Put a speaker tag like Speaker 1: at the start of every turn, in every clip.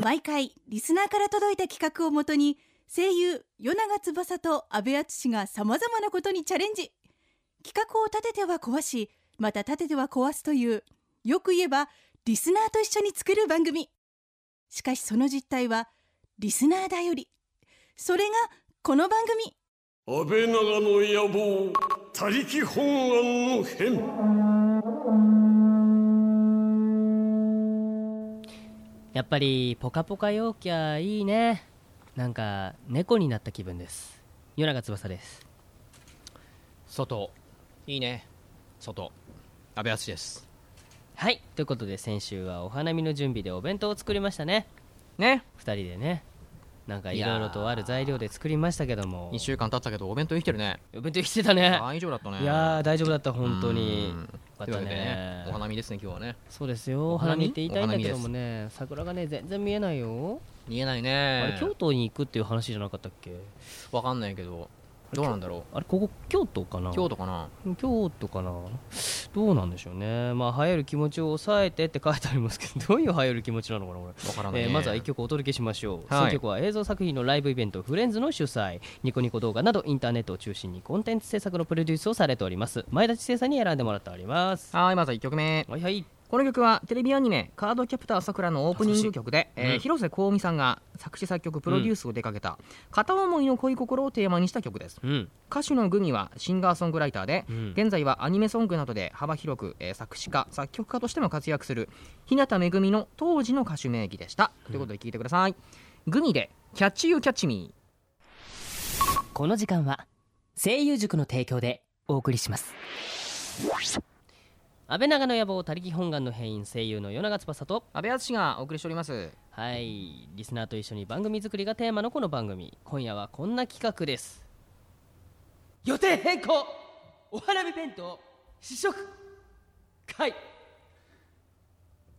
Speaker 1: 毎回リスナーから届いた企画をもとに声優与永翼と阿部淳がさまざまなことにチャレンジ企画を立てては壊しまた立てては壊すというよく言えばリスナーと一緒に作る番組しかしその実態はリスナーだよりそれがこの番組
Speaker 2: 安倍長の野望他力本願の変
Speaker 3: やっぱりポカポカ陽キャいいねなんか猫になった気分です夜長翼です
Speaker 4: 外いいね外安倍淳です
Speaker 3: はいということで先週はお花見の準備でお弁当を作りましたね
Speaker 4: ね
Speaker 3: 2人でねなんかいろいろとある材料で作りましたけども
Speaker 4: 2週間経ったけどお弁当生きてるね
Speaker 3: お弁当来てたね
Speaker 4: 大丈夫だったね
Speaker 3: いやー大丈夫だった本当に
Speaker 4: う
Speaker 3: よ
Speaker 4: ん
Speaker 3: かっ
Speaker 4: とい
Speaker 3: た
Speaker 4: うわけで
Speaker 3: ね
Speaker 4: お花見ですね今日はね
Speaker 3: そうですよお
Speaker 4: お花
Speaker 3: 花
Speaker 4: 見
Speaker 3: 見って言いたいんだけどもね桜がね全然見えないよ
Speaker 4: 見えない
Speaker 3: あ
Speaker 4: ね
Speaker 3: れ京都に行くっていう話じゃなかったっけ
Speaker 4: わかんないけどどうなんだろ
Speaker 3: あれここ京都かな
Speaker 4: う京都かな
Speaker 3: 京都かなどうなんでしょうねまあ流行る気持ちを抑えてって書いてありますけどどう いう流行る気持ちなのかなこれ
Speaker 4: わからない、
Speaker 3: えーまずは1曲お届けしましょう、
Speaker 4: はい
Speaker 3: その曲は映像作品のライブイベントフレンズの主催ニコニコ動画などインターネットを中心にコンテンツ制作のプロデュースをされております前田知世さんに選んでもらっております
Speaker 4: はいまずは1曲目
Speaker 3: はいはい
Speaker 4: この曲はテレビアニメ「カードキャプターさくら」のオープニング曲で、えー
Speaker 3: うん
Speaker 4: 広瀬香美さんが作詞作曲プロデュースを出かけた、片思いの恋心をテーマにした曲です
Speaker 3: うん
Speaker 4: 歌手のグミはシンガーソングライターで、
Speaker 3: うん
Speaker 4: 現在はアニメソングなどで幅広く、えー作詞家作曲家としても活躍する日向恵の当時の歌手名義でした、ということで聞いてくださいグミで「キャッチユーキャッチミー
Speaker 3: この時間は声優塾の提供でお送りします安倍長の野望他力本願の変因声優の与永翼と」
Speaker 4: 安部淳がお送りしております
Speaker 3: はいリスナーと一緒に番組作りがテーマのこの番組今夜はこんな企画です予定変更お花見弁当試食会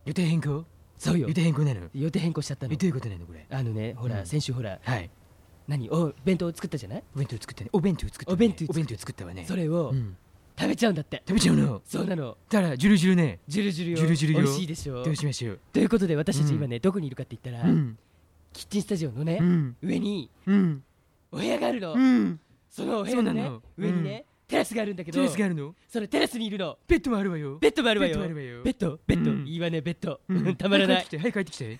Speaker 4: 予定変更
Speaker 3: そうよ
Speaker 4: 変更なの
Speaker 3: 予定変更しちゃったの
Speaker 4: 定変更なのこれ
Speaker 3: あのねほら、
Speaker 4: うん
Speaker 3: 先週ほら
Speaker 4: はい
Speaker 3: 何お弁当作ったじゃない
Speaker 4: お弁当作ったねお弁当作
Speaker 3: たねお弁当作った
Speaker 4: 作ったわね
Speaker 3: それを
Speaker 4: ん、
Speaker 3: 食べちゃうんだって、
Speaker 4: 食べちゃうの
Speaker 3: そうなの
Speaker 4: だからジュルジュルね
Speaker 3: ジュルジュルよ
Speaker 4: ジュルジュルよ
Speaker 3: 美味しいでしょ
Speaker 4: しましょう
Speaker 3: ということで私たち
Speaker 4: うん
Speaker 3: 今ね、どこにいるかって言ったら、
Speaker 4: ん
Speaker 3: キッチンスタジオのね、
Speaker 4: ん
Speaker 3: 上に
Speaker 4: うん
Speaker 3: お部屋があるの、
Speaker 4: うん
Speaker 3: そのお部屋のね
Speaker 4: そうなの
Speaker 3: 上にね、テラスがあるんだけど
Speaker 4: るの
Speaker 3: そのテラスにいるの
Speaker 4: ベッドもあるわよ
Speaker 3: ベッドもあるわよ
Speaker 4: ベッドもあるわよ
Speaker 3: ベッドベッド、
Speaker 4: うん
Speaker 3: いいわねベッド、
Speaker 4: うん
Speaker 3: たまらない
Speaker 4: 早く帰ってきて早く帰ってきて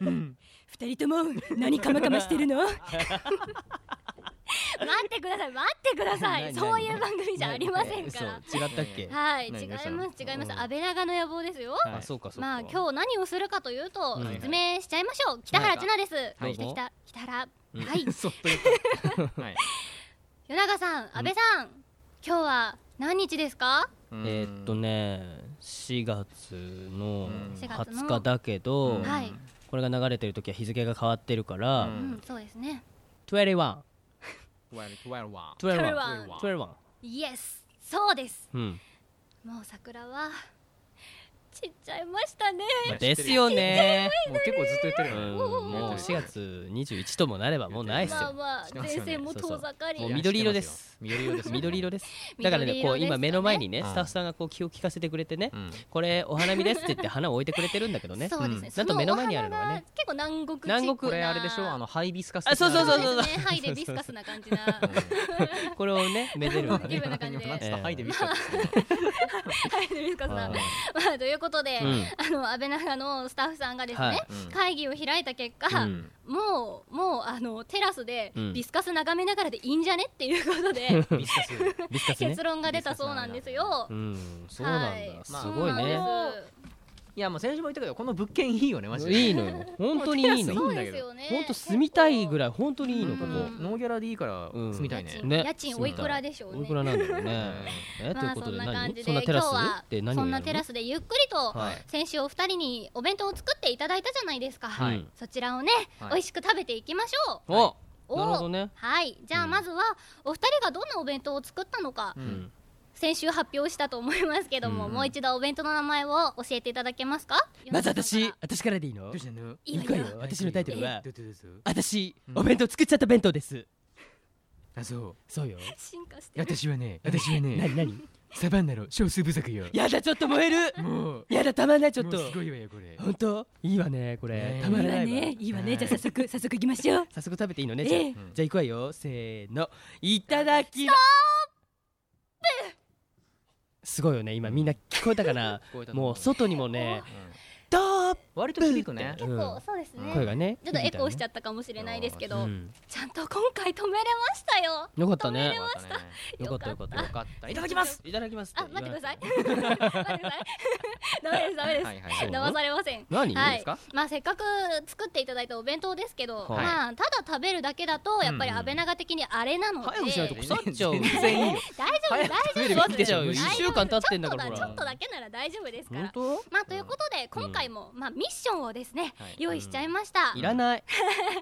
Speaker 4: うん
Speaker 5: 二人とも何カマカマしてるの待ってください待ってください
Speaker 3: 何
Speaker 5: そういう番組じゃありませんから
Speaker 3: 嘘違ったっけ
Speaker 5: はい違
Speaker 4: 何
Speaker 5: い
Speaker 4: ど
Speaker 5: ま
Speaker 4: う
Speaker 5: す
Speaker 4: したの
Speaker 5: 違いま
Speaker 3: う
Speaker 5: す
Speaker 3: ん
Speaker 5: 安倍長の野望ですよ
Speaker 3: あそうかそうか
Speaker 5: まあ今日何をするかというと
Speaker 3: うん
Speaker 5: 説明しちゃいましょう北原千奈です
Speaker 3: は
Speaker 5: 来
Speaker 3: い
Speaker 5: てきた北原は
Speaker 3: うん
Speaker 5: い
Speaker 4: そっと言った。はい。
Speaker 5: 与永さん安倍さん今日は何日ですか
Speaker 3: えーっとね4月の
Speaker 4: うん
Speaker 5: 4月の
Speaker 3: 20日だけど、
Speaker 4: うん
Speaker 5: はい
Speaker 3: これが流れてる時は日付が変わってるから、
Speaker 4: う
Speaker 5: うんんそうですね
Speaker 3: 2121
Speaker 4: 12
Speaker 3: 21
Speaker 5: 21
Speaker 3: 21
Speaker 5: イエスそうです
Speaker 3: うん、
Speaker 5: もう桜は散っちゃいましたね
Speaker 3: まあですよね、
Speaker 4: もう結構ずっと言って
Speaker 3: う
Speaker 4: るよ
Speaker 3: ん、
Speaker 4: ね。
Speaker 3: もう4月21ともなればもうないっす
Speaker 5: まあ
Speaker 3: よ
Speaker 5: まあ
Speaker 4: してますよ
Speaker 5: 前
Speaker 4: ね
Speaker 5: 線も遠ざかり
Speaker 3: もう緑色です
Speaker 4: 緑色です。
Speaker 3: 緑色です だからねこう今目の前にね
Speaker 4: うん
Speaker 3: スタッフさんがこう気を利かせてくれてね、
Speaker 4: うん。
Speaker 3: これお花見ですって言って花を置いてくれてるんだけどね
Speaker 5: そうですね。
Speaker 3: うんなんと目の前にあるのはね
Speaker 5: そお花が結構南国
Speaker 3: 南国
Speaker 4: これあれでしょあ
Speaker 5: の
Speaker 4: のハイビスカス。
Speaker 3: あそうそうそうそう
Speaker 5: そうですね。ハイでビスカスな感じな。
Speaker 3: これをねめでるんだ
Speaker 5: 気
Speaker 3: ね
Speaker 5: 分な感じで
Speaker 4: 今なんつった
Speaker 3: ええ
Speaker 4: ハイでビス カスって。
Speaker 5: ハイでビスカスな。まあということで、
Speaker 3: うん
Speaker 5: あの安倍長のスタッフさんがですね、
Speaker 3: はい
Speaker 4: うん
Speaker 5: 会議を開いた結
Speaker 3: う
Speaker 5: 果、
Speaker 3: ん
Speaker 5: もうもうあのテラスで
Speaker 3: うん
Speaker 5: ビスカス眺めながらでいいんじゃねっていうこ とで、
Speaker 4: ビスカス。
Speaker 3: ビスカスね
Speaker 5: 結論が出たそうなんですよ
Speaker 3: う。んそうなんだ、
Speaker 5: はい
Speaker 3: すごいね
Speaker 4: いやもう先週も言ったけどこの物件いいよねマジで。
Speaker 3: いいのよ本当にいいの
Speaker 4: も
Speaker 5: そう
Speaker 4: テラスいいんだけ
Speaker 5: です
Speaker 4: ど
Speaker 5: よね。
Speaker 3: 本当住みたいぐ
Speaker 5: らい。
Speaker 3: らい本当にいいのここ、
Speaker 5: うん
Speaker 4: ノーギャラでいいから
Speaker 3: うん
Speaker 4: 住みたい
Speaker 5: 家
Speaker 4: ね
Speaker 5: 賃。
Speaker 3: ね
Speaker 5: 家賃おいくらでしょうね。
Speaker 3: おいくらなんだろうねえとい
Speaker 5: ま
Speaker 3: う
Speaker 5: あ
Speaker 3: こ
Speaker 5: そ
Speaker 3: とで
Speaker 5: んな
Speaker 3: 何
Speaker 5: 感じで
Speaker 3: そんなテラスって何を
Speaker 5: そ
Speaker 3: やるの
Speaker 5: んなテラスでゆっくりと
Speaker 3: はい
Speaker 5: 先週お二人にお弁当を作っていただいたじゃないですか、
Speaker 3: はい
Speaker 5: うんそちらをね、
Speaker 4: はい
Speaker 5: 美味しく食べていきましょう
Speaker 3: お
Speaker 5: お
Speaker 3: なるほどね
Speaker 5: はいじゃあ
Speaker 3: うん
Speaker 5: まずはお二人がどんなお弁当を作ったのか、
Speaker 4: う
Speaker 3: うんん
Speaker 5: 先週発表したと思いますけども、
Speaker 3: うん
Speaker 5: もう一度お弁当の名前を教えていただけますか
Speaker 3: まず
Speaker 5: 米
Speaker 3: 私
Speaker 5: 田
Speaker 3: 私からでいいの
Speaker 4: どうしたの？
Speaker 5: いいわよ
Speaker 3: くわよ私のタイトルは
Speaker 4: どうぞどうぞどうぞ
Speaker 3: 私
Speaker 4: うん
Speaker 3: お弁当作っちゃった弁当です
Speaker 4: あそう。
Speaker 3: そうよ
Speaker 5: さんから進化してる
Speaker 4: 私はね私はね
Speaker 3: 何何
Speaker 6: サバンナの少数不足よ
Speaker 3: やだちょっと燃える
Speaker 6: もう
Speaker 3: やだたまんないちょっ
Speaker 6: も
Speaker 3: と
Speaker 6: うすごいわよこれ
Speaker 3: 本当いいわねこれ、
Speaker 6: ね
Speaker 3: たまらないわ
Speaker 7: いいわねじゃあ早 速早速行きましょう
Speaker 3: 早速食べていいのねじゃあ、
Speaker 7: ええ
Speaker 3: じゃあ行くわよせーのいただきまストップすごいよね今みんな聞こえたかなもう外にもね「ドーッ
Speaker 4: 割と響くね
Speaker 3: う
Speaker 5: 結構
Speaker 3: ん
Speaker 5: そうですね
Speaker 3: 声がね
Speaker 5: ちょっとエコーしちゃ
Speaker 3: っ
Speaker 5: ったかもしれないですけ
Speaker 3: たね
Speaker 5: ど
Speaker 3: うん
Speaker 5: ちゃんと今回止めれましたよ
Speaker 3: よかったね
Speaker 5: 止めれま
Speaker 4: ね
Speaker 3: よかったよかったよ
Speaker 4: よ
Speaker 3: かっ
Speaker 4: かった
Speaker 3: た
Speaker 4: いただきます
Speaker 3: いただきます
Speaker 5: あ待ってください
Speaker 3: 言
Speaker 5: 待ってくださいダメですダメです
Speaker 4: はいはいはい
Speaker 5: 騙されません
Speaker 3: わなきゃ何、
Speaker 5: はい
Speaker 3: い、ですか
Speaker 5: まあせっかく作っていただいたお弁当ですけ
Speaker 3: は
Speaker 5: ど、
Speaker 3: い
Speaker 5: まあただ食べるだけだとやっぱり安倍長的にあれなので、
Speaker 3: 早くしないと腐っちゃう
Speaker 4: 全然いいよ
Speaker 5: 大丈夫大丈夫
Speaker 3: 早く食べればいいでしょ
Speaker 5: 大丈夫
Speaker 3: 一週間経ってんだから
Speaker 5: ちょっと
Speaker 3: ほら
Speaker 5: ちょっとだけなら大丈夫ですから
Speaker 3: 本当
Speaker 5: まあということで今回も、まあミッションをですね、
Speaker 4: はい
Speaker 5: 用意しちゃいました、
Speaker 3: いらない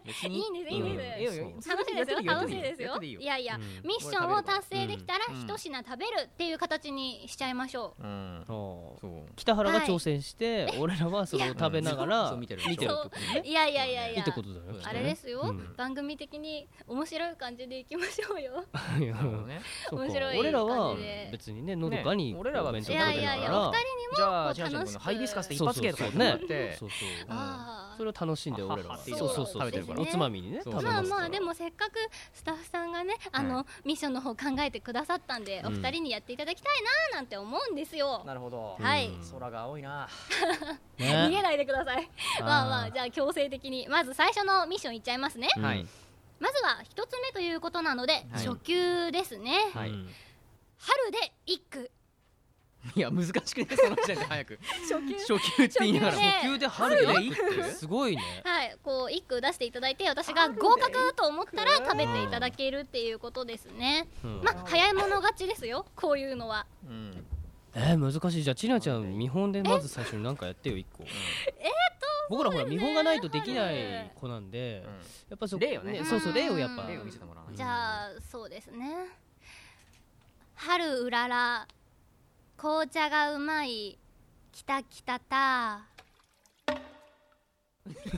Speaker 4: 別に
Speaker 5: いいんですいいん
Speaker 4: いい
Speaker 5: で
Speaker 4: よ
Speaker 5: す、
Speaker 4: いいよ
Speaker 5: 楽しいですよ
Speaker 4: やっ
Speaker 5: 楽
Speaker 4: て
Speaker 5: しい
Speaker 4: て
Speaker 5: です
Speaker 4: やって
Speaker 5: よ
Speaker 4: ていい
Speaker 5: いやいや、
Speaker 3: うん
Speaker 5: ミッションを達成できたら
Speaker 4: うん
Speaker 5: 一品食べるっていう形にしちゃいましょう、
Speaker 4: うん
Speaker 3: そう
Speaker 4: そう
Speaker 3: 北原が挑戦して、俺らはそれを食べながら、
Speaker 4: そう見てるでし
Speaker 3: っ
Speaker 4: ょ
Speaker 3: てことね
Speaker 5: いやいやいやいや
Speaker 3: いいってことだよね
Speaker 5: あれですよ、
Speaker 3: うん
Speaker 5: 番組的に面白い感じでいきましょうよ
Speaker 3: いや
Speaker 4: なるほどね
Speaker 3: そうか
Speaker 5: 面白い
Speaker 3: 俺らは
Speaker 5: 感じで
Speaker 3: 別にねのどかに
Speaker 4: 俺らは
Speaker 3: お弁
Speaker 4: ち
Speaker 5: い
Speaker 3: 当
Speaker 4: ょっと
Speaker 5: や
Speaker 3: 食
Speaker 4: 待て
Speaker 5: い
Speaker 3: べな
Speaker 5: や
Speaker 3: いが
Speaker 5: や
Speaker 3: ら
Speaker 5: お二人
Speaker 4: じゃあ
Speaker 5: 楽
Speaker 4: じゃあじゃあこ
Speaker 5: し
Speaker 4: の
Speaker 5: く
Speaker 4: ハイビスカスで一発芸とかやってもらって
Speaker 3: そうそう
Speaker 5: あ
Speaker 3: それを楽しんで俺らは
Speaker 4: あ
Speaker 3: そう
Speaker 5: は
Speaker 3: そう
Speaker 5: は
Speaker 3: そう
Speaker 5: そう
Speaker 3: 食べてるから
Speaker 5: そう
Speaker 3: お
Speaker 5: です
Speaker 3: つ
Speaker 5: ね
Speaker 3: まみにね食べま
Speaker 5: あ
Speaker 3: す
Speaker 5: まあ
Speaker 3: から
Speaker 5: まあでもせっかくスタッフさんがねあの、
Speaker 4: は
Speaker 5: ミッションの方考えてくださったんで、
Speaker 3: うん
Speaker 5: お二人にやっていただきたいなーなんて思うんですよ、
Speaker 4: なるほど
Speaker 5: はい、
Speaker 3: うん
Speaker 4: 空が青いな
Speaker 5: 逃
Speaker 3: ね
Speaker 5: げないでくださいまあまあじゃあ強制的にまず最初のミッションいっちゃいますね、
Speaker 3: うん
Speaker 4: はい
Speaker 5: まずは一つ目ということなので、
Speaker 4: はい
Speaker 5: 初級ですね、
Speaker 4: は
Speaker 3: う
Speaker 4: い
Speaker 3: ん
Speaker 5: 春で一句
Speaker 4: いや難しくねその時点で早く
Speaker 5: 初級
Speaker 4: 初級って言いながら
Speaker 5: 初級で
Speaker 3: 急で春でいいってすごいね
Speaker 5: はいこう一句出していただいて私が合格と思ったら食べていただけるっていうことですね
Speaker 3: うん
Speaker 5: まあ早い者勝ちですよこういうのは
Speaker 4: うん
Speaker 3: えー難しいじゃあちなちゃん見本でまず最初に何かやってよ一個えっと僕らほら見本がないとできない子なんでやっぱそこ
Speaker 4: 例よね
Speaker 3: そうそう例をやっ
Speaker 5: う
Speaker 3: ぱ
Speaker 5: ん
Speaker 4: 例を見せてもらわない
Speaker 5: じゃあそうですね春うらら紅茶がうまいきたきたた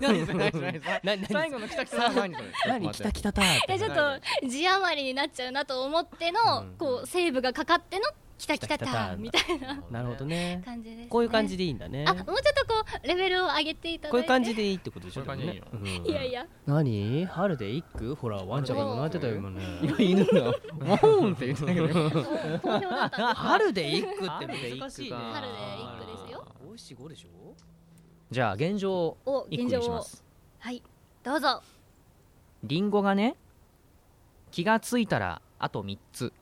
Speaker 4: 何それ何それ
Speaker 3: 何何
Speaker 4: 最後の北北さんは何それ
Speaker 3: 何きたきたたーって
Speaker 5: えちょっと字余りになっちゃうなと思っての、
Speaker 3: うん
Speaker 5: こうセーブがかかってのきたき
Speaker 3: きた
Speaker 5: た
Speaker 3: きた
Speaker 5: た
Speaker 3: た
Speaker 5: みたいな
Speaker 3: なるほどね
Speaker 5: 感じです、ね、
Speaker 3: こういう感じでいいんだね
Speaker 5: あもうちょっとこうレベルを上げていただいて
Speaker 3: こういう感じでいいってことでしょ
Speaker 4: こういう感じでいいよ
Speaker 3: でもねうん
Speaker 5: いやいや
Speaker 3: 何春で一句ほらワンちゃんが今鳴いてたよ今ね
Speaker 4: 今犬が「 ワーン!」って言って たけど
Speaker 5: そう好評だったんです
Speaker 3: 春で一句っ
Speaker 4: 春で一
Speaker 3: て
Speaker 4: 句か
Speaker 3: 難しいね
Speaker 5: 春で一句ですよ
Speaker 3: 五七五でしょ
Speaker 4: じゃあ現状
Speaker 5: お
Speaker 4: 一
Speaker 5: 現
Speaker 4: 句
Speaker 5: 状
Speaker 4: にしま
Speaker 5: を
Speaker 4: す
Speaker 5: はいどうぞ
Speaker 4: リンゴがね気がついたらあと三つ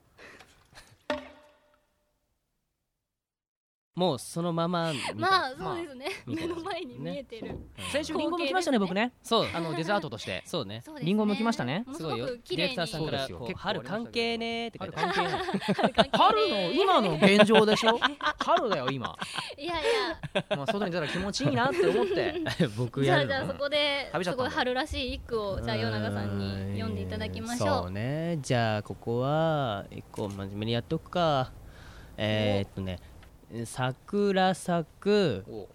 Speaker 3: もうそのままみたいな
Speaker 5: まあそうですね、
Speaker 3: まあ
Speaker 5: 目の前に見えてる、
Speaker 4: 先週リンゴ剥きましたね僕ね
Speaker 3: そう
Speaker 4: あのデザートとして
Speaker 3: そうね
Speaker 5: そうですね
Speaker 4: リンゴ剥きましたね
Speaker 5: もの
Speaker 3: す
Speaker 5: す
Speaker 3: ご
Speaker 5: ご
Speaker 3: いよデ
Speaker 5: く綺
Speaker 3: ィレ
Speaker 5: 麗
Speaker 3: ク
Speaker 5: に
Speaker 3: ターさんか
Speaker 4: そ
Speaker 3: ら
Speaker 4: うですよ
Speaker 3: こう
Speaker 4: 結構
Speaker 3: 春関係ねーって書いてある
Speaker 4: 関係ない
Speaker 5: 春
Speaker 4: 春の今の現状でしょ 春だよ今
Speaker 5: いやいや
Speaker 4: まあ外に出たら気持ちいいなって思って
Speaker 3: 僕
Speaker 5: じゃ
Speaker 3: や
Speaker 5: あ
Speaker 3: る
Speaker 5: じゃあそ
Speaker 3: の
Speaker 5: こで
Speaker 4: 食べちゃっ
Speaker 5: す
Speaker 4: たん
Speaker 5: ご
Speaker 4: だ
Speaker 5: い春らしい一句をじゃあ与永さんに読んでいただきまし
Speaker 3: そ
Speaker 5: ょ
Speaker 3: う
Speaker 5: う
Speaker 3: ねじゃあここは一個真面目にやっとくかえー、っとね桜咲く
Speaker 4: お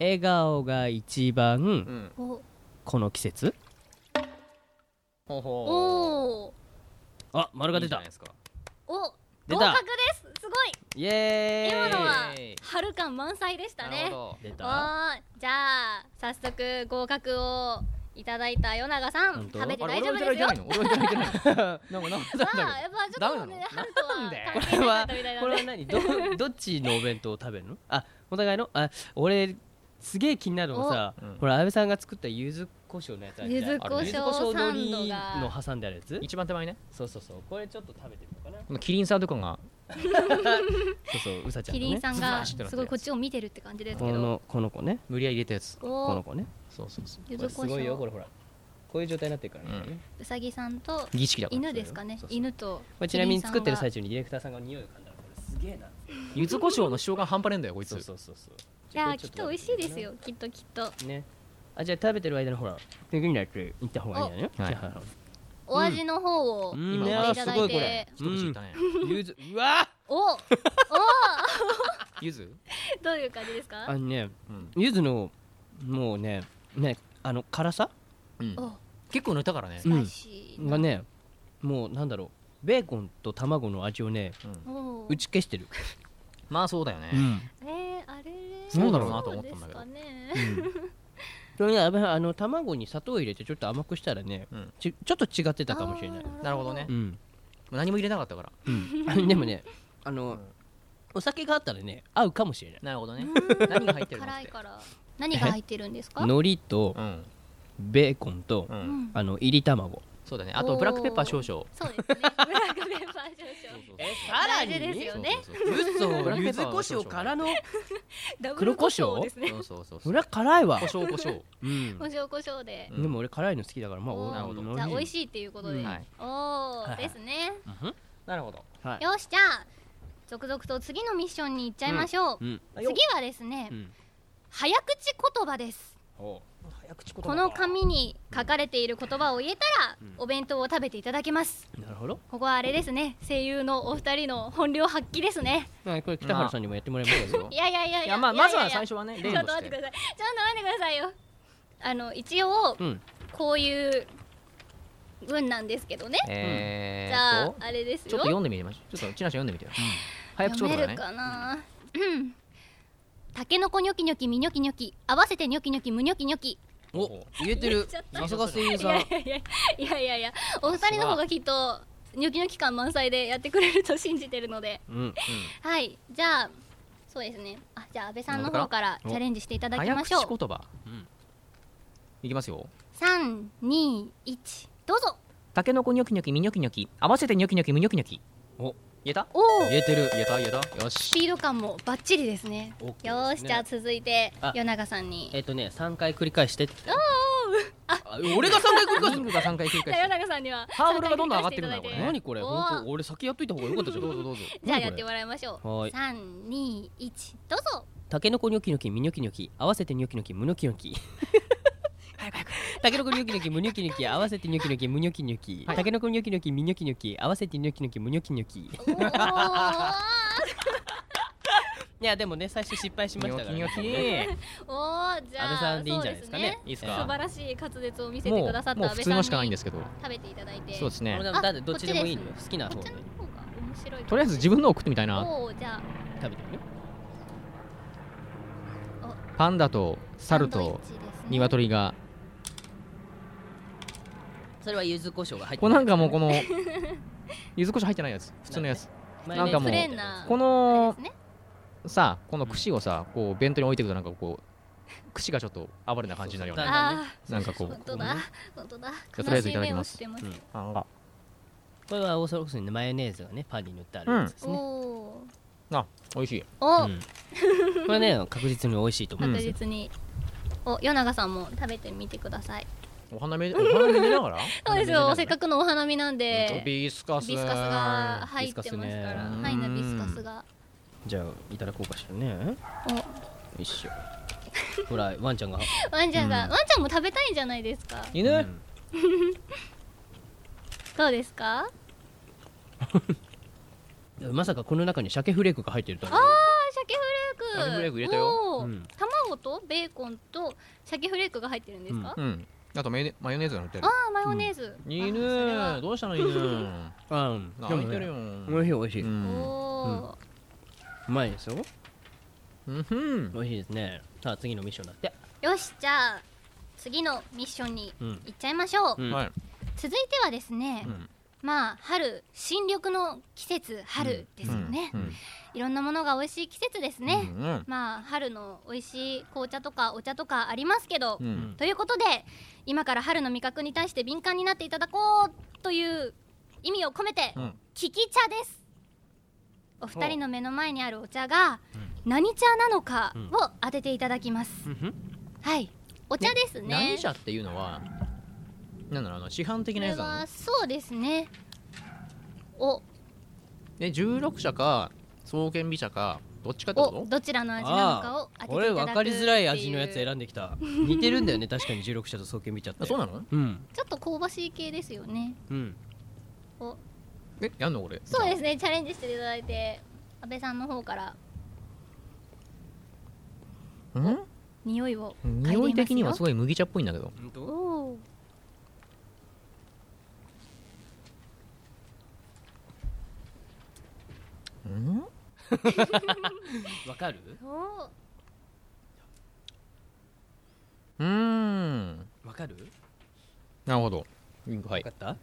Speaker 3: 笑顔が一
Speaker 4: う
Speaker 3: 番
Speaker 4: ん
Speaker 5: お
Speaker 3: この季節
Speaker 4: ほうほ
Speaker 5: おー
Speaker 3: あ丸
Speaker 4: う
Speaker 3: が
Speaker 4: いい
Speaker 3: 出
Speaker 4: んじ
Speaker 3: た
Speaker 4: ゃないですか
Speaker 5: お合
Speaker 3: 出
Speaker 5: 格
Speaker 3: た
Speaker 5: ですすご
Speaker 3: イエーイ
Speaker 5: い今のは
Speaker 4: イエーイ
Speaker 5: 春感満載でした
Speaker 4: なる
Speaker 5: ね
Speaker 4: ほ
Speaker 3: 出
Speaker 5: お
Speaker 3: た
Speaker 5: ーじゃあ早速合格をいただいた与永さ
Speaker 3: 本
Speaker 5: ん
Speaker 3: 当
Speaker 5: 食べ
Speaker 4: ど
Speaker 5: て
Speaker 4: あれ
Speaker 5: 大丈
Speaker 4: 俺
Speaker 5: 夫
Speaker 4: はいただい
Speaker 5: です
Speaker 4: て
Speaker 5: よ
Speaker 4: ないの俺はいた だいてないのなんかなんか
Speaker 5: まあやっぱちょっ
Speaker 4: ダ
Speaker 5: とね
Speaker 4: メなの
Speaker 5: 春と
Speaker 4: な
Speaker 5: は
Speaker 4: んで
Speaker 5: 関係なかったみたいな
Speaker 3: こ
Speaker 5: ん
Speaker 3: れは
Speaker 5: で
Speaker 3: 何どどっちのお弁当を食べるのあお互いのあ俺すげえ気になるのがさ、
Speaker 4: おうん
Speaker 3: ほら安部さんが作った柚子胡椒のやつあるじゃん
Speaker 5: 柚子胡椒
Speaker 3: あれ柚子胡椒
Speaker 5: サ
Speaker 3: の
Speaker 5: ンド
Speaker 3: り
Speaker 5: が
Speaker 3: の挟んであるやつ
Speaker 4: 一番手前ね
Speaker 3: そうそうそうこれちょっと食べてみようかな
Speaker 4: このキリンさんとかが
Speaker 3: そうそううさちゃん
Speaker 5: キ
Speaker 3: の
Speaker 5: リン
Speaker 3: ね
Speaker 5: さんが
Speaker 4: ズバーン
Speaker 5: すごいこっちを見てるって感じです
Speaker 3: こ
Speaker 5: けど
Speaker 3: のこの子ね
Speaker 4: 無理やり入れたやつ
Speaker 5: お
Speaker 3: この
Speaker 5: ー
Speaker 3: 子ね
Speaker 4: そうそうそう
Speaker 5: 柚
Speaker 3: これ
Speaker 5: 子
Speaker 3: す
Speaker 5: 胡
Speaker 3: ごいよ
Speaker 5: 椒
Speaker 3: これほらこういう状態になってるからね、
Speaker 4: うん
Speaker 3: これね
Speaker 5: うさぎさんと
Speaker 4: 儀式だから
Speaker 5: 犬ですかね
Speaker 3: そうそう
Speaker 5: 犬と
Speaker 3: これちなみに作ってる
Speaker 5: キリ
Speaker 3: 最
Speaker 5: ン
Speaker 3: 中にディレクターさんが匂いを嗅んだらこれすげえな
Speaker 4: 柚子胡椒の塩が半端ねえんだよこい
Speaker 3: そう
Speaker 4: つ
Speaker 3: そうそうそう
Speaker 5: さんはいやきっと美味しいですよきっときっと
Speaker 3: ねあじゃあ食べてる間にほらグミだけ行った方がいいんだよね
Speaker 4: おはい
Speaker 3: じゃあ
Speaker 5: お味の方を
Speaker 3: う
Speaker 5: 言
Speaker 3: ん
Speaker 5: っていただ
Speaker 3: いやーすご
Speaker 5: い
Speaker 3: いこれ
Speaker 5: て
Speaker 4: 一口いったね
Speaker 3: ゆずうわ
Speaker 5: お お
Speaker 4: 柚子
Speaker 5: どういう感じです
Speaker 3: あ
Speaker 5: か
Speaker 3: のね
Speaker 4: うん
Speaker 3: ゆずのもうねねあの辛さ
Speaker 4: うん
Speaker 5: お
Speaker 4: 結構塗ったからね
Speaker 5: スパイシーな
Speaker 3: がねもうなんだろうベーコンと卵の味をね
Speaker 5: お
Speaker 3: 打ち消してる、
Speaker 4: まあそうだよね、
Speaker 5: えー、あれれ
Speaker 4: そうだろうなと思ったんだけど
Speaker 5: そうですかね
Speaker 3: それねあのあの卵に砂糖を入れてちょっと甘くしたらね、
Speaker 4: うん
Speaker 3: ちちょっと違ってたかもしれない
Speaker 5: あー
Speaker 4: なるほどね
Speaker 3: う、ん、
Speaker 4: 何も入れなかったから
Speaker 3: うん、 でもねあの、お酒があったらね合うかもしれない
Speaker 4: なるほどね
Speaker 5: うん
Speaker 4: 何が入ってるのっ
Speaker 5: 辛い
Speaker 4: て
Speaker 5: から何が入ってるんですか
Speaker 3: 海苔と
Speaker 4: うん
Speaker 3: ベーコンと、
Speaker 4: う
Speaker 5: うんん
Speaker 3: あの入り卵
Speaker 4: そうだねあとブラックペッパー少々
Speaker 5: そうですねブラ ックペッパー少々
Speaker 3: え
Speaker 5: さらにですよね
Speaker 4: そうそうそうブラックペ
Speaker 3: 柚
Speaker 4: ッパー
Speaker 3: 子
Speaker 4: は
Speaker 3: 胡椒からの
Speaker 7: ダブ
Speaker 3: 黒
Speaker 7: ル
Speaker 3: 胡
Speaker 7: 胡
Speaker 3: 椒
Speaker 7: 椒ですね。
Speaker 4: そうそうそうそ
Speaker 3: そうれは辛いわ
Speaker 4: 胡、椒胡椒
Speaker 3: うん
Speaker 5: 胡、椒胡椒で
Speaker 4: う
Speaker 3: でも俺辛いの好きだからまあ
Speaker 5: おー
Speaker 4: なるほど
Speaker 5: じゃあ美味
Speaker 3: い、
Speaker 5: しいっていうことで、
Speaker 3: うん
Speaker 4: はい
Speaker 5: おお、
Speaker 3: はい
Speaker 5: ですね
Speaker 3: うん
Speaker 4: なるほど
Speaker 3: はい
Speaker 5: よしじゃあ続々と次のミッションに行っちゃいましょう、
Speaker 3: うん
Speaker 5: 次はですね、
Speaker 3: うん
Speaker 5: 早口言葉です
Speaker 3: おう
Speaker 4: 早口
Speaker 5: この紙に書かれている言葉を言えたら、
Speaker 3: うん
Speaker 5: お弁当を食べていただけます
Speaker 3: なるほど
Speaker 5: ここはあれですね声優のお二人の本領発揮ですね
Speaker 3: まあこれ北原さんにもやってもらいます よ
Speaker 5: いやいやいやいや
Speaker 4: いやまあ
Speaker 5: いや
Speaker 4: ま
Speaker 5: い
Speaker 4: ず
Speaker 5: やい
Speaker 4: は
Speaker 5: や
Speaker 4: 最初はね例
Speaker 5: ちょっ
Speaker 4: と
Speaker 5: と
Speaker 4: し
Speaker 5: 待っててくださいちょっと待ってくださいよあの一応
Speaker 3: うん
Speaker 5: こういう文なんですけどね
Speaker 4: え
Speaker 5: じ
Speaker 4: ー
Speaker 5: ゃ
Speaker 4: っ
Speaker 5: あ
Speaker 4: と
Speaker 5: あれですよ
Speaker 4: ちょっと読んでみましょうちょっとちなちゃん読んでみてよ早口言葉
Speaker 5: 読め
Speaker 4: ね
Speaker 5: るかなうんたけのこニョキニョキみニョキニョキ合わせてニョキニョキむニョキニョキ
Speaker 3: お言えてるさすが声優
Speaker 5: い
Speaker 3: さ
Speaker 5: や
Speaker 3: ん
Speaker 5: いやいやいやいやいやお二人の方がきっとニョキニョキ感満載でやってくれると信じてるので
Speaker 3: うん
Speaker 5: はいじゃあそうですねあじゃあ安倍さんの方からチャレンジしていただき
Speaker 4: 早
Speaker 5: ましょ
Speaker 4: 口
Speaker 5: う
Speaker 4: 言葉
Speaker 3: うん
Speaker 4: いきますよ
Speaker 5: 321どうぞ
Speaker 4: タケノコニョキニョキミニョキニョキ合わせてニョキニョキムニョキニョキ
Speaker 3: お
Speaker 4: 言えた
Speaker 5: おお
Speaker 4: 言えてる言えた言えたよし
Speaker 5: スピード感もバッチリですね
Speaker 3: OK ですね
Speaker 5: よーしじゃあ続いて
Speaker 3: あ
Speaker 5: 与永さんに
Speaker 3: えっとね3回繰り返してって
Speaker 5: あ
Speaker 3: あ俺が3回繰り返
Speaker 4: リ
Speaker 3: すの
Speaker 4: ングが3回繰り
Speaker 5: じ
Speaker 4: 返
Speaker 5: ゃ
Speaker 4: し
Speaker 5: あ 与
Speaker 4: て
Speaker 5: 永さんには
Speaker 4: ハードルがどんどん上がってるな
Speaker 5: 参加していただい
Speaker 4: これ
Speaker 3: 何これ
Speaker 5: おー
Speaker 3: 本当俺先やっといた方が良かったじゃんどうぞ
Speaker 4: どうぞ
Speaker 5: じゃあ
Speaker 3: 何これ
Speaker 5: やってもらいましょ
Speaker 3: は
Speaker 5: う
Speaker 3: い
Speaker 5: 三二一どうぞ
Speaker 3: タケノコニョキニョキミニョキニョキ合わせてニョキニョキムニョキニョキタケノコニョキニョキムニョキニョキ合わせてニョキニョキムニョキニョキタケノコニョキニョキミニョキニョキ合わせてニョキニョキムニョキニョキい
Speaker 5: おー
Speaker 3: やでもね最初失敗しまし
Speaker 4: ニ
Speaker 3: た
Speaker 4: ョ
Speaker 3: から
Speaker 4: キニ
Speaker 3: ね
Speaker 4: ョキ
Speaker 5: おーじ
Speaker 3: 安倍
Speaker 5: ゃ
Speaker 3: さ
Speaker 5: あ
Speaker 3: んでいいんじゃ
Speaker 5: そ
Speaker 3: な
Speaker 5: う
Speaker 3: いですかね
Speaker 4: いいです
Speaker 5: 素
Speaker 4: か
Speaker 5: 晴らしい滑舌を見せて
Speaker 4: も
Speaker 5: くださっ
Speaker 4: う
Speaker 5: た
Speaker 4: もう
Speaker 5: 安
Speaker 4: 普
Speaker 5: 倍
Speaker 4: 通
Speaker 5: さん
Speaker 4: の
Speaker 5: に
Speaker 4: しかないんですけど
Speaker 5: 食べていただいて
Speaker 4: そうです
Speaker 3: 俺
Speaker 4: ね
Speaker 3: なんかだってどっちでもいいの
Speaker 5: こ
Speaker 3: よ
Speaker 5: っち
Speaker 3: 好きな
Speaker 5: こ
Speaker 3: 方
Speaker 5: っ
Speaker 3: で
Speaker 5: ちの方が面白い
Speaker 4: とりあえず自分のを食ってみたいな
Speaker 5: おおーじゃ
Speaker 3: 食べてみる
Speaker 4: パンダと
Speaker 5: あ
Speaker 4: 猿
Speaker 5: サンドイ
Speaker 4: と
Speaker 5: ッチですね
Speaker 4: 鶏が
Speaker 3: それは柚子胡椒が入って
Speaker 4: これなんかもうこの柚子胡椒入ってないやつ普通のやつ
Speaker 3: マ
Speaker 4: な
Speaker 3: ヨ
Speaker 4: ん
Speaker 3: ネーズ
Speaker 4: かもう
Speaker 3: みたい
Speaker 5: プレーンな
Speaker 4: こ
Speaker 5: あれ
Speaker 4: の
Speaker 5: ですね
Speaker 4: さこの串をさこう弁当に置いていくとなんかこう串がちょっと暴れな感じになるよ
Speaker 3: そう
Speaker 4: ね
Speaker 3: そう
Speaker 5: あー
Speaker 4: なんかこう
Speaker 5: 本当だ、本当だ。
Speaker 4: ゃあとりあえずいただきます
Speaker 5: 悲し目をして
Speaker 4: あ
Speaker 3: これはオーソドックスにねマヨネーズがねパンに塗ってあるやつです
Speaker 5: お
Speaker 3: ね
Speaker 5: お
Speaker 4: あ美味しい
Speaker 5: ー。お、
Speaker 3: うんこれね確実に美味しいと思う
Speaker 5: 確実に。お、与永さんも食べてみてください。
Speaker 4: お花 見お花見見ながら
Speaker 5: そうで
Speaker 3: 花見
Speaker 5: す
Speaker 3: ね
Speaker 5: よ。せっかくのお花見なん
Speaker 4: ほん
Speaker 5: で
Speaker 4: と。ビスカス
Speaker 5: ビスカスが入ってますか
Speaker 3: ビス
Speaker 5: ら
Speaker 3: カ、
Speaker 4: スね
Speaker 5: はいなビスカスが。
Speaker 3: じゃあいただこうかしらね
Speaker 5: お、
Speaker 3: 一 緒ほらワンちゃんが
Speaker 5: ワンちゃんが、
Speaker 3: うん
Speaker 5: ワンちゃんも食べたいんじゃないですか。
Speaker 4: 犬、
Speaker 3: うん
Speaker 5: どうですか。
Speaker 3: まさかこの中に鮭フレークが入ってるとは
Speaker 5: あ
Speaker 3: ね
Speaker 5: あ、鮭フレーク。
Speaker 4: 鮭フレーク入れたよ
Speaker 5: おー
Speaker 3: うん
Speaker 5: 卵とベーコンと鮭フレークが入ってるんですか。
Speaker 4: うんあとマヨネマヨネーズが塗ってる
Speaker 5: ああ、マヨネーズ。
Speaker 4: 犬
Speaker 5: あそれは
Speaker 4: どうしたの 犬
Speaker 3: うんでも
Speaker 4: 泣いてる
Speaker 3: ね
Speaker 4: よ
Speaker 3: 美味しい美味しい、
Speaker 4: う
Speaker 3: うん
Speaker 5: おお。
Speaker 3: まいですよ
Speaker 4: うんふん
Speaker 3: 美味しいですねさあ次のミッションだって
Speaker 5: よしじゃあ次のミッションに
Speaker 3: うん
Speaker 5: 行っちゃいましょう、
Speaker 3: うん
Speaker 4: はい
Speaker 5: 続いてはですね、
Speaker 4: うん
Speaker 5: まあ春新緑の季節春ですよね、
Speaker 4: うん
Speaker 5: いろんなものが美味しい季節です
Speaker 4: う
Speaker 5: ね、
Speaker 4: ん
Speaker 5: まあ春の美味しい紅茶とかお茶とかありますけど、
Speaker 4: うんうん
Speaker 5: ということで今から春の味覚に対して敏感になっていただこうという意味を込めて、
Speaker 4: うん
Speaker 5: 聞き茶ですお二人の目の前にあるお茶が何茶なのかを当てていただきます、はいお茶ですね
Speaker 4: 何社っていうのはなんだろうあの市販的
Speaker 5: こ
Speaker 4: な
Speaker 5: れ
Speaker 4: やつな
Speaker 5: は
Speaker 4: の
Speaker 5: そうですねお
Speaker 4: で16社か創建美社かどっちかってこ
Speaker 5: お
Speaker 4: と
Speaker 5: どちらの味なのかを当てていただく
Speaker 3: これ分かりづらい味のやつ
Speaker 5: ちょ
Speaker 3: 選んできた似てるんだよね確かに16社と総見見ちゃって
Speaker 4: あそうなの
Speaker 3: うん
Speaker 5: っと香ばしい系ですよね
Speaker 3: うん
Speaker 5: お
Speaker 4: えやんのこれ
Speaker 5: そうですねチャレンジしていただいて安倍さんの方から
Speaker 4: うん
Speaker 5: 匂いを嗅でますよ
Speaker 4: 匂い的にはすごい麦茶っぽいんだけど
Speaker 3: 本
Speaker 5: お
Speaker 3: 当
Speaker 5: お
Speaker 4: ん
Speaker 3: わかる
Speaker 5: お
Speaker 4: うーん
Speaker 3: わかるよ
Speaker 4: なるほどはい
Speaker 3: かったよ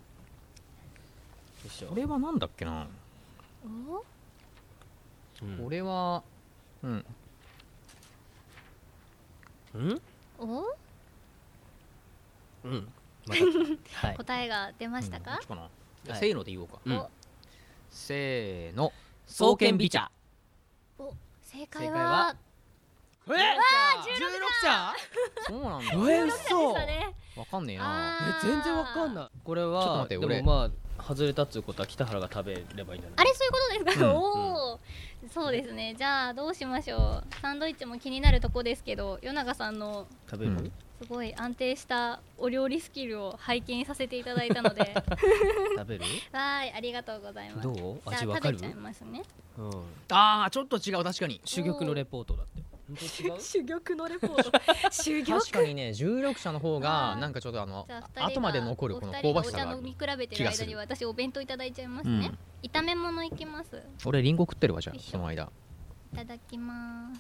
Speaker 3: いしょ
Speaker 4: これはなんだっけな
Speaker 5: お
Speaker 3: うん
Speaker 4: これはうん
Speaker 3: うん
Speaker 5: お
Speaker 3: うんわかったはい
Speaker 5: 答えが出ました
Speaker 4: うん
Speaker 5: か
Speaker 4: こっちかなじゃ
Speaker 3: は
Speaker 4: あ
Speaker 3: い
Speaker 4: せーので言おうか
Speaker 3: うん
Speaker 4: せーの
Speaker 3: 双剣美茶
Speaker 5: お正解
Speaker 4: 正解は
Speaker 5: は
Speaker 3: えわあ16社
Speaker 4: そうなんだ
Speaker 3: え
Speaker 5: 16社で
Speaker 3: 嘘
Speaker 5: したね
Speaker 4: わかんねえな
Speaker 5: あ
Speaker 3: え全然わかん
Speaker 5: い
Speaker 3: ないこれ
Speaker 4: ちょっと
Speaker 3: は
Speaker 4: 待
Speaker 3: で
Speaker 4: って俺
Speaker 3: もまあ外れたっつうことは北原が食べればいいんじゃな
Speaker 5: あ
Speaker 3: い
Speaker 5: れそういうことですか、
Speaker 4: うん
Speaker 5: おおそうですねじゃあどうしましょうサンドイッチも気になるとこですけど与永さんの
Speaker 3: 食べる
Speaker 4: うん
Speaker 5: すごい安定したお料理スキルを拝見させていただいたの でわ
Speaker 3: 食べる
Speaker 5: ーいありがとうございます
Speaker 3: どう
Speaker 5: じゃあ
Speaker 3: 味わか
Speaker 5: 食べ
Speaker 3: る
Speaker 5: ちゃいますね
Speaker 3: うん
Speaker 4: あーちょっと違う確かに
Speaker 3: 珠玉のレポートだって本当違 う
Speaker 7: 珠玉のレポート珠玉
Speaker 4: 確かにね16社の方
Speaker 5: あ
Speaker 4: が
Speaker 5: ー
Speaker 4: なんかちょっとあの
Speaker 5: じゃあ二人が
Speaker 4: 後まで残るこの香ばしさ
Speaker 5: お二人
Speaker 4: が
Speaker 5: が
Speaker 4: あ
Speaker 5: お茶
Speaker 4: る
Speaker 5: 飲み比べて
Speaker 4: 気
Speaker 5: る
Speaker 4: がす
Speaker 5: 間
Speaker 4: る
Speaker 5: に私お弁当いただいちゃいます
Speaker 4: う
Speaker 5: ね
Speaker 4: ん、
Speaker 5: 炒め物いきますい
Speaker 4: 俺リンゴ食ってるわじゃあ
Speaker 5: よいしょ
Speaker 4: その間
Speaker 5: ただきま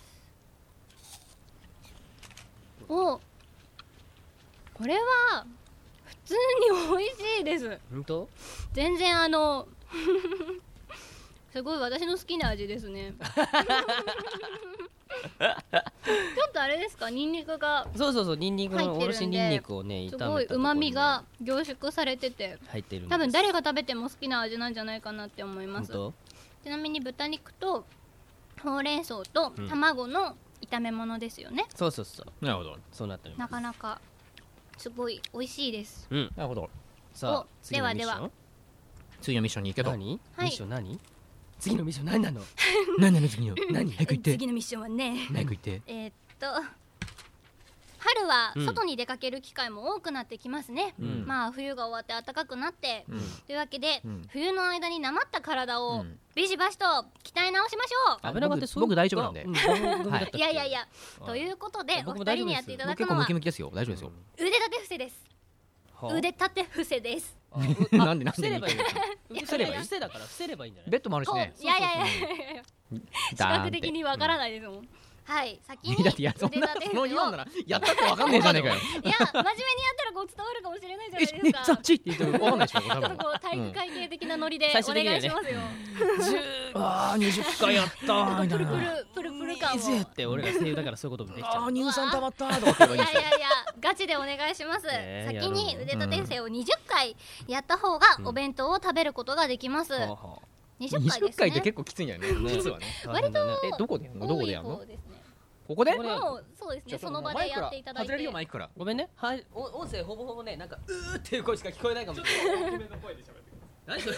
Speaker 5: すおこれは普通に美味しいです
Speaker 3: 本当
Speaker 5: 全然あの すごい私の好きな味です ねちょっとあれですかニンニクが
Speaker 3: そうそうそうニンニクのおろし
Speaker 5: 入ってるんで
Speaker 3: ニンニクをね炒めた
Speaker 5: す
Speaker 3: とこ
Speaker 5: ご
Speaker 3: ろ
Speaker 5: い
Speaker 3: にね
Speaker 5: 旨味が凝縮されてて
Speaker 3: 入ってるんです
Speaker 5: 多分誰が食べても好きな味なんじゃないかなって思いま
Speaker 3: 本
Speaker 5: す
Speaker 3: 当
Speaker 5: ちなみに豚肉とほうれん草と
Speaker 3: うん
Speaker 5: 卵の炒め物ですよね、
Speaker 3: そうそうそう
Speaker 4: なるほど
Speaker 3: そうなってる
Speaker 5: なかなかすごい美味しいです
Speaker 3: うん
Speaker 4: なるほど
Speaker 3: さあ
Speaker 5: お
Speaker 3: 次のミッション
Speaker 5: ではでは
Speaker 4: 次のミッションに行けと
Speaker 3: 何ミ
Speaker 5: はい
Speaker 3: ッション何次のミッション何なの
Speaker 4: 何なの次の
Speaker 3: 何
Speaker 4: 早く行って
Speaker 7: 次のミッションはね
Speaker 4: 早く行って
Speaker 5: えーっと春は
Speaker 3: うん
Speaker 5: 外に出かける機会も多くなってきますね、
Speaker 4: うん
Speaker 5: まあ冬が終わって暖かくなって、
Speaker 4: うん
Speaker 5: というわけで、
Speaker 4: うん
Speaker 5: 冬の間になまった体
Speaker 4: う
Speaker 5: を
Speaker 4: ん
Speaker 5: ビシバシと鍛え直しましょう、
Speaker 3: 安倍長ってそういう
Speaker 4: 僕僕大丈夫なんで
Speaker 3: う番組だったっけ
Speaker 5: いやいやいや
Speaker 3: あ
Speaker 5: ということでお
Speaker 3: 僕も
Speaker 5: 二
Speaker 3: 大丈
Speaker 5: 人
Speaker 3: 夫
Speaker 5: に
Speaker 3: です
Speaker 5: やっていた
Speaker 4: もう結構ム
Speaker 5: だくのは
Speaker 4: キムキですよ大丈夫ですよ
Speaker 5: 腕立て伏せです
Speaker 3: はあ
Speaker 5: 腕立て伏せです
Speaker 3: あ う
Speaker 4: なんでなんで
Speaker 3: 伏せればいいのか
Speaker 5: いや
Speaker 3: 伏せればい
Speaker 5: い
Speaker 3: い
Speaker 5: や
Speaker 3: 伏せだから伏せればいいんじゃない
Speaker 4: ベッドもあるし
Speaker 5: こう
Speaker 4: ね
Speaker 5: いやいやいやいや視覚的にわから
Speaker 4: ん
Speaker 5: ないですもん、はい先
Speaker 4: い
Speaker 5: に
Speaker 4: やだっ
Speaker 5: 腕
Speaker 4: て
Speaker 5: 立て
Speaker 4: いやそんな
Speaker 5: 伏
Speaker 4: そ
Speaker 5: せを
Speaker 4: の理論ならやったってわかんねえじゃね えかよ
Speaker 5: いや真面目にやったらこう伝わるかもしれないじゃない
Speaker 4: え
Speaker 5: です
Speaker 4: え
Speaker 5: か
Speaker 4: さっちって言ってもわかんないでしょ多分
Speaker 5: こう体育会系的なノリで
Speaker 3: ん最
Speaker 5: お
Speaker 3: 終的には
Speaker 5: 願
Speaker 3: ね
Speaker 5: いしますよ。
Speaker 4: ああ20回やったーみた
Speaker 5: プ
Speaker 4: い
Speaker 5: ルプ
Speaker 4: な
Speaker 5: ルプルプル感を。い
Speaker 3: ぜって俺が声優だからそういうこともできちゃ
Speaker 4: あ
Speaker 3: う
Speaker 4: ー乳酸溜まったーとかって言えばいいん
Speaker 5: や
Speaker 4: で
Speaker 5: い
Speaker 4: すよ
Speaker 5: やいやガチでお願いします。
Speaker 3: ねえ
Speaker 5: 先に
Speaker 3: やろう
Speaker 5: 腕立て伏せを20回やった方がお弁当を食べることができます。
Speaker 3: はあはあ
Speaker 5: 20回で
Speaker 4: 20
Speaker 5: す
Speaker 4: 回って
Speaker 5: ね。
Speaker 4: 結構きついんだよね
Speaker 3: ね
Speaker 4: 実はね
Speaker 3: 大変だね
Speaker 4: えどこでやんのどこ
Speaker 5: 多
Speaker 4: で
Speaker 5: い
Speaker 4: やんの
Speaker 5: 方ですね。
Speaker 4: ここで
Speaker 3: これ
Speaker 5: もうそうですね。その場でやっていただい
Speaker 4: 外れる
Speaker 5: て
Speaker 4: よ。マイクから
Speaker 3: ごめんねはいお音声ほぼほぼねなんかうーっていう声しか聞こえないかもしれない何それ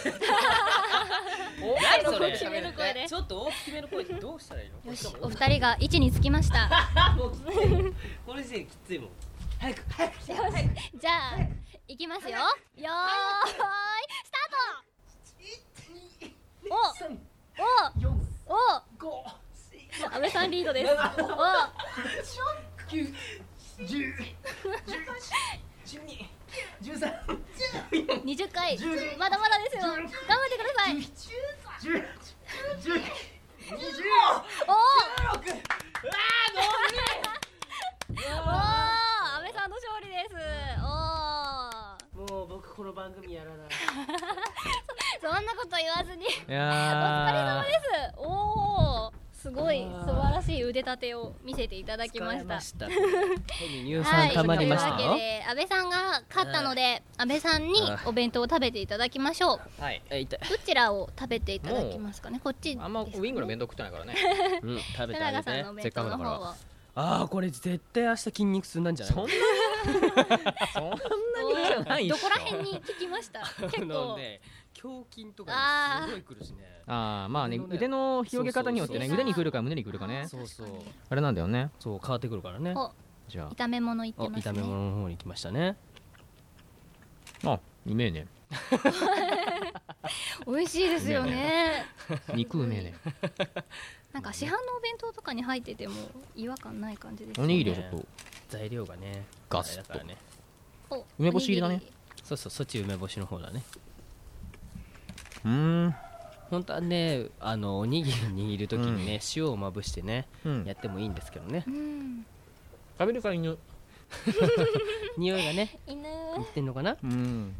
Speaker 3: 何それ
Speaker 5: 大きめの声で
Speaker 3: ちょっと大きめの声でどうしたらいいの
Speaker 5: よし
Speaker 3: こっち、
Speaker 5: お
Speaker 3: も
Speaker 5: 二人が位置につきました。
Speaker 3: もうきついもんこの時点できついもん早く早くして早く
Speaker 5: じゃあ、いきますよ。よーい、スタートおおお安倍さんリードです。お二十回まだまだですよ頑張ってくださいおおおお安倍さんの勝利ですおお
Speaker 3: もう僕この番組やらない
Speaker 5: そんなこと言わずに
Speaker 4: い
Speaker 5: お疲れ
Speaker 4: や
Speaker 5: 様ですおおすごい素晴らしい腕立てを見せていただきまし
Speaker 3: た
Speaker 5: た
Speaker 3: 手に乳酸溜まりました
Speaker 5: というわけで安倍さんが勝ったので安倍さんにお弁当を食べていただきましょう
Speaker 4: はい
Speaker 3: え痛い
Speaker 5: どちらを食べていただきますかねこっちです
Speaker 4: あんまウ
Speaker 5: か
Speaker 4: ィングの弁当食ってないからね
Speaker 3: うん食べ
Speaker 5: 田
Speaker 3: てあ
Speaker 5: 中
Speaker 3: げ
Speaker 5: さん
Speaker 3: て
Speaker 5: のお弁当の方を
Speaker 3: ああこれ絶対明日筋肉痛なんじゃない
Speaker 4: そんなそん
Speaker 5: おー
Speaker 4: じゃないっしょ
Speaker 5: どこら辺に聞き ました結
Speaker 3: あの
Speaker 5: 構
Speaker 3: ね胸筋とかねすごいくるしね
Speaker 4: ああまあね
Speaker 3: 腕のね
Speaker 4: 腕の広げ方によってね
Speaker 5: そうそう
Speaker 4: 腕にくるか胸にくるかね
Speaker 3: そうそう
Speaker 4: あれなんだよね
Speaker 3: そう変わってくるからね
Speaker 5: お
Speaker 4: じゃ
Speaker 5: 炒め物いっ
Speaker 3: お
Speaker 5: てます
Speaker 3: 炒め
Speaker 5: ね
Speaker 3: 物の方に来ましたね
Speaker 4: ああうめえね
Speaker 5: 美味しいですよね
Speaker 4: 肉うめえね
Speaker 5: なんか市販のお弁当とかに入ってても違和感ない感じです
Speaker 4: おにぎりをちょっと
Speaker 3: 材料がね
Speaker 4: ガスッ
Speaker 3: あ
Speaker 4: と
Speaker 3: れだからね
Speaker 5: お
Speaker 4: 梅干し入りだね
Speaker 5: おにぎり
Speaker 3: そうそうそっち梅干しの方だね
Speaker 4: うーん
Speaker 3: 本当はねあのおにぎり握るときにね、塩をまぶしてね
Speaker 4: うん
Speaker 3: やってもいいんですけどね
Speaker 5: うん
Speaker 8: 食べるか犬
Speaker 3: 匂いがね
Speaker 5: 犬
Speaker 3: いってんのかな
Speaker 4: うん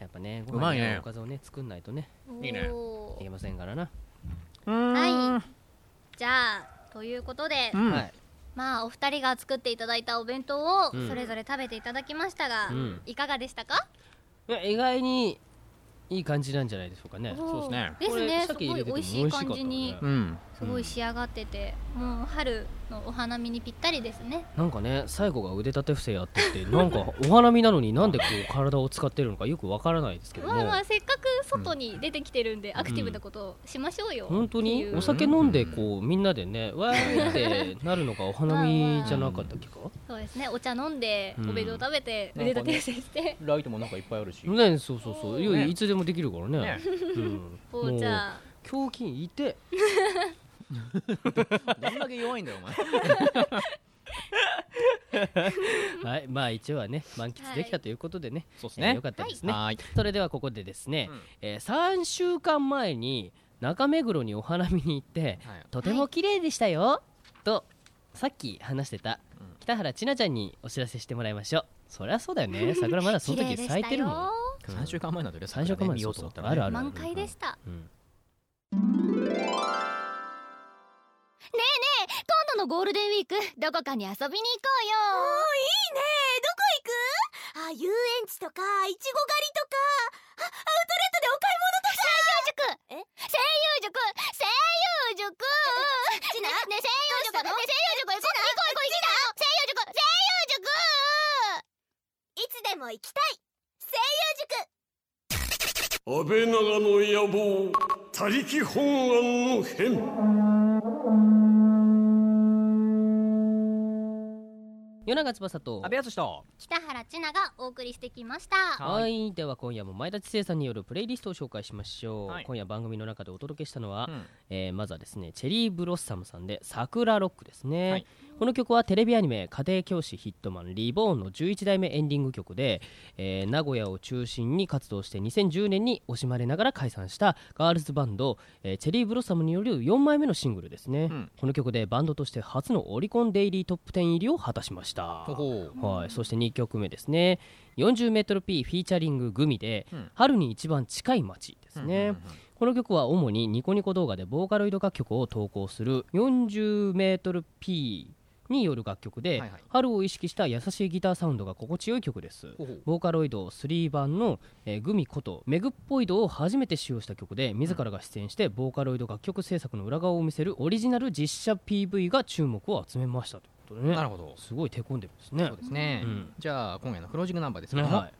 Speaker 3: やっぱね
Speaker 8: う
Speaker 3: ご
Speaker 8: まい
Speaker 3: 飯
Speaker 8: ね
Speaker 3: やおかずをね作んないとね
Speaker 8: いいね
Speaker 5: お
Speaker 3: い
Speaker 5: ー
Speaker 3: けませんからな
Speaker 5: はいじゃあということで、
Speaker 4: うん
Speaker 3: はい
Speaker 5: まあお二人が作っていただいたお弁当を
Speaker 3: うん
Speaker 5: それぞれ食べていただきましたが、
Speaker 3: うん
Speaker 5: いかがでしたか、
Speaker 3: いや意外にいい感じなんじゃないでしょうかね
Speaker 8: そうですね
Speaker 5: です
Speaker 3: これ
Speaker 5: ね
Speaker 3: さ
Speaker 5: す
Speaker 3: っ
Speaker 5: ご
Speaker 3: き入れて
Speaker 5: い美
Speaker 3: ても
Speaker 5: 味しい感じ
Speaker 3: 美味し
Speaker 5: に
Speaker 3: かったね
Speaker 4: うん
Speaker 5: すごい仕上がってて、もう春のお花見にぴったりですね
Speaker 3: なんかね最後が腕立て伏せやっててなんかお花見なのになんでこう体を使ってるのかよくわからないですけど
Speaker 5: まあ
Speaker 3: も
Speaker 5: まあせっかく外に出てきてるんで、アクティブなことをしましょうよ、
Speaker 3: 本当に
Speaker 5: っていう
Speaker 3: お酒飲んでこうみんなでねわーってなるのがお花見じゃなかったっけか
Speaker 5: そうですねお茶飲んで、
Speaker 3: うん
Speaker 5: お弁当食べて腕立て伏せして、
Speaker 8: ライトもなんかいっぱいあるし
Speaker 3: ねそうそうそういや
Speaker 8: ね
Speaker 3: いつでもできるからね
Speaker 8: ね
Speaker 3: うんも
Speaker 5: お
Speaker 3: う
Speaker 5: 茶
Speaker 3: 胸筋いて
Speaker 4: どんだけ弱いんだよお 前
Speaker 3: はいまあ一応はね満喫できたということでね
Speaker 8: そうです
Speaker 3: えー
Speaker 8: ね
Speaker 3: よかったですね
Speaker 8: はーい
Speaker 3: それではここでですね
Speaker 4: うん
Speaker 3: えー3週間前に中目黒にお花見に行って
Speaker 4: はい
Speaker 3: とても綺麗でしたよ、とさっき話してた
Speaker 4: うん
Speaker 3: 北原千奈ちゃんにお知らせしてもらいましょうそりゃそうだよね桜まだその時咲いてるもん
Speaker 4: 3週間前なんだよね
Speaker 3: 3週間前
Speaker 4: 見ようと思ったら
Speaker 3: あるある
Speaker 5: 満開でしたね
Speaker 3: うん
Speaker 5: え今度のゴールデンウィークどこかに遊びに行こうよ
Speaker 9: あ遊園地とかいちご狩りとか
Speaker 5: 声優塾声優塾声優塾ちなね声優塾ね声優塾行こう行こう行こう声優塾声優塾
Speaker 9: いつでも行きたい声優塾
Speaker 2: 安倍長の野望他力本願の変
Speaker 3: 夜長翼と
Speaker 4: 安倍淳と
Speaker 5: 北原千奈がお送りしてきました
Speaker 3: はいでは今夜も前田知世さんによるプレイリストを紹介しましょう、
Speaker 4: はい
Speaker 3: 今夜番組の中でお届けしたのは、
Speaker 4: うん
Speaker 3: えーまずはですねチェリーブロッサムさんで「桜ロック」ですね、
Speaker 4: はい
Speaker 3: この曲はテレビアニメ「家庭教師ヒットマンリボーン」の11代目エンディング曲で、えー名古屋を中心に活動して2010年に惜しまれながら解散したガールズバンド、えーチェリーブロッサムによる4枚目のシングルですね、
Speaker 4: うん
Speaker 3: この曲でバンドとして初のオリコンデイリートップ10入りを果たしました
Speaker 4: ほほう
Speaker 3: はい、そして2曲目ですね 40mP フィーチャリンググミで、
Speaker 4: うん
Speaker 3: 春に一番近い街ですね、
Speaker 4: うんうんうん
Speaker 3: この曲は主にニコニコ動画でボーカロイド楽曲を投稿する 40mP による楽曲で、
Speaker 4: はいはい
Speaker 3: 春を意識した優しいギターサウンドが心地よい曲です
Speaker 4: ほうほう
Speaker 3: ボーカロイド3版の、えーグミことメグっぽいドを初めて使用した曲で自らが出演してボーカロイド楽曲制作の裏側を見せるオリジナル実写 PV が注目を集めましたということでね
Speaker 4: なるほど
Speaker 3: すごい手込んでるんですね
Speaker 4: そうですね、
Speaker 3: うん
Speaker 4: じゃあ今夜のクロージングナンバーですけども、
Speaker 3: はい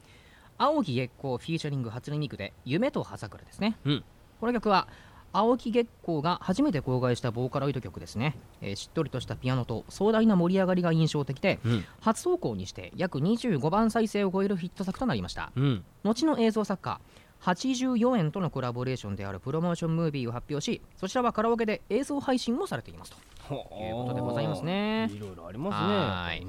Speaker 4: 青木月光フィーチャリング初音ミクで「夢と葉桜」ですね、
Speaker 3: うん
Speaker 4: この曲は青木月光が初めて公開したボーカロイド曲ですね、えーしっとりとしたピアノと壮大な盛り上がりが印象的で、
Speaker 3: うん
Speaker 4: 初投稿にして約25番再生を超えるヒット作となりました
Speaker 3: うん
Speaker 4: 後の映像作家84円とのコラボレーションであるプロモーションムービーを発表しそちらはカラオケで映像配信もされていますということでございますね
Speaker 3: いろいろありますねやっぱり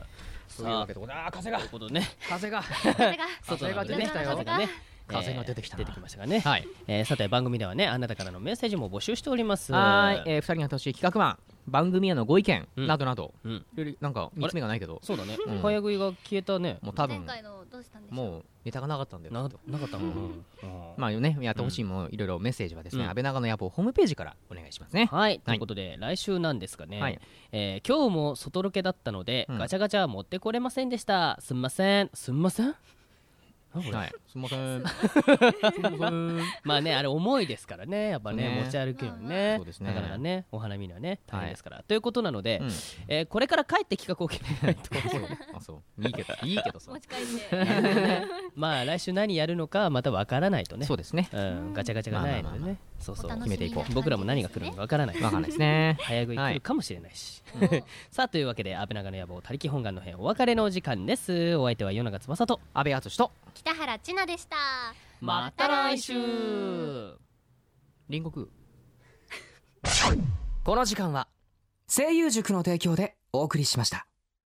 Speaker 3: ね
Speaker 4: そういうわけでございますあー風が
Speaker 3: ということでね
Speaker 4: 風が
Speaker 5: 風が
Speaker 4: 風が出てきたよ
Speaker 5: 風が
Speaker 4: 風が出てきた
Speaker 3: 出
Speaker 4: な
Speaker 3: てきましたがね
Speaker 4: はい
Speaker 3: えーさて番組ではねあなたからのメッセージも募集しております
Speaker 4: はい、えー、2人にやってほしい企画マン番組へのご意見、
Speaker 3: うん
Speaker 4: などなど、
Speaker 3: うん
Speaker 4: よりなんか3つ目がないけど
Speaker 3: そうだね
Speaker 4: うん
Speaker 3: 早食いが消えたね
Speaker 4: もう多
Speaker 5: 前
Speaker 4: 分
Speaker 5: 回のどうしたんでしょう
Speaker 4: もうネタがなかったんだよ
Speaker 3: ななかったもん
Speaker 4: まあねやってほしいもいろいろメッセージはですね、
Speaker 3: うん
Speaker 4: 安倍長の野望ホームページからお願いしますね、
Speaker 3: はいということで来週なんですが
Speaker 4: は
Speaker 3: ね
Speaker 4: い
Speaker 3: えー今日も外ロケだったので
Speaker 4: うん
Speaker 3: ガチャガチャは持ってこれませんでしたすんませんすんませんなんか
Speaker 4: はい、すみません
Speaker 3: まあねあれ重いですからねやっぱね
Speaker 4: ね
Speaker 3: 持ち歩くのね
Speaker 4: そうですね
Speaker 3: なかなかねお花見にはね大変ですから、ということなので、
Speaker 4: うん
Speaker 3: えーこれから帰って企画を決めないと
Speaker 4: あそういい けどいいけどさ
Speaker 5: 持ち帰って
Speaker 3: まあ来週何やるのかまたわからないとね
Speaker 4: そうですね
Speaker 3: うん、ガチャガチャがないのでね、
Speaker 4: まあまあまあ
Speaker 3: そうそう
Speaker 5: お楽
Speaker 4: しみな感じですね
Speaker 3: 僕らも何が来るのかわからない
Speaker 4: わかんないですね
Speaker 3: 早食い来るかもしれないし、 さあというわけで安倍長の野望他力本願の編お別れのお時間ですお相手は与永翼と
Speaker 4: 安倍淳と
Speaker 5: 北原千奈でした
Speaker 3: また来週
Speaker 4: 隣国
Speaker 10: この時間は声優塾の提供でお送りしました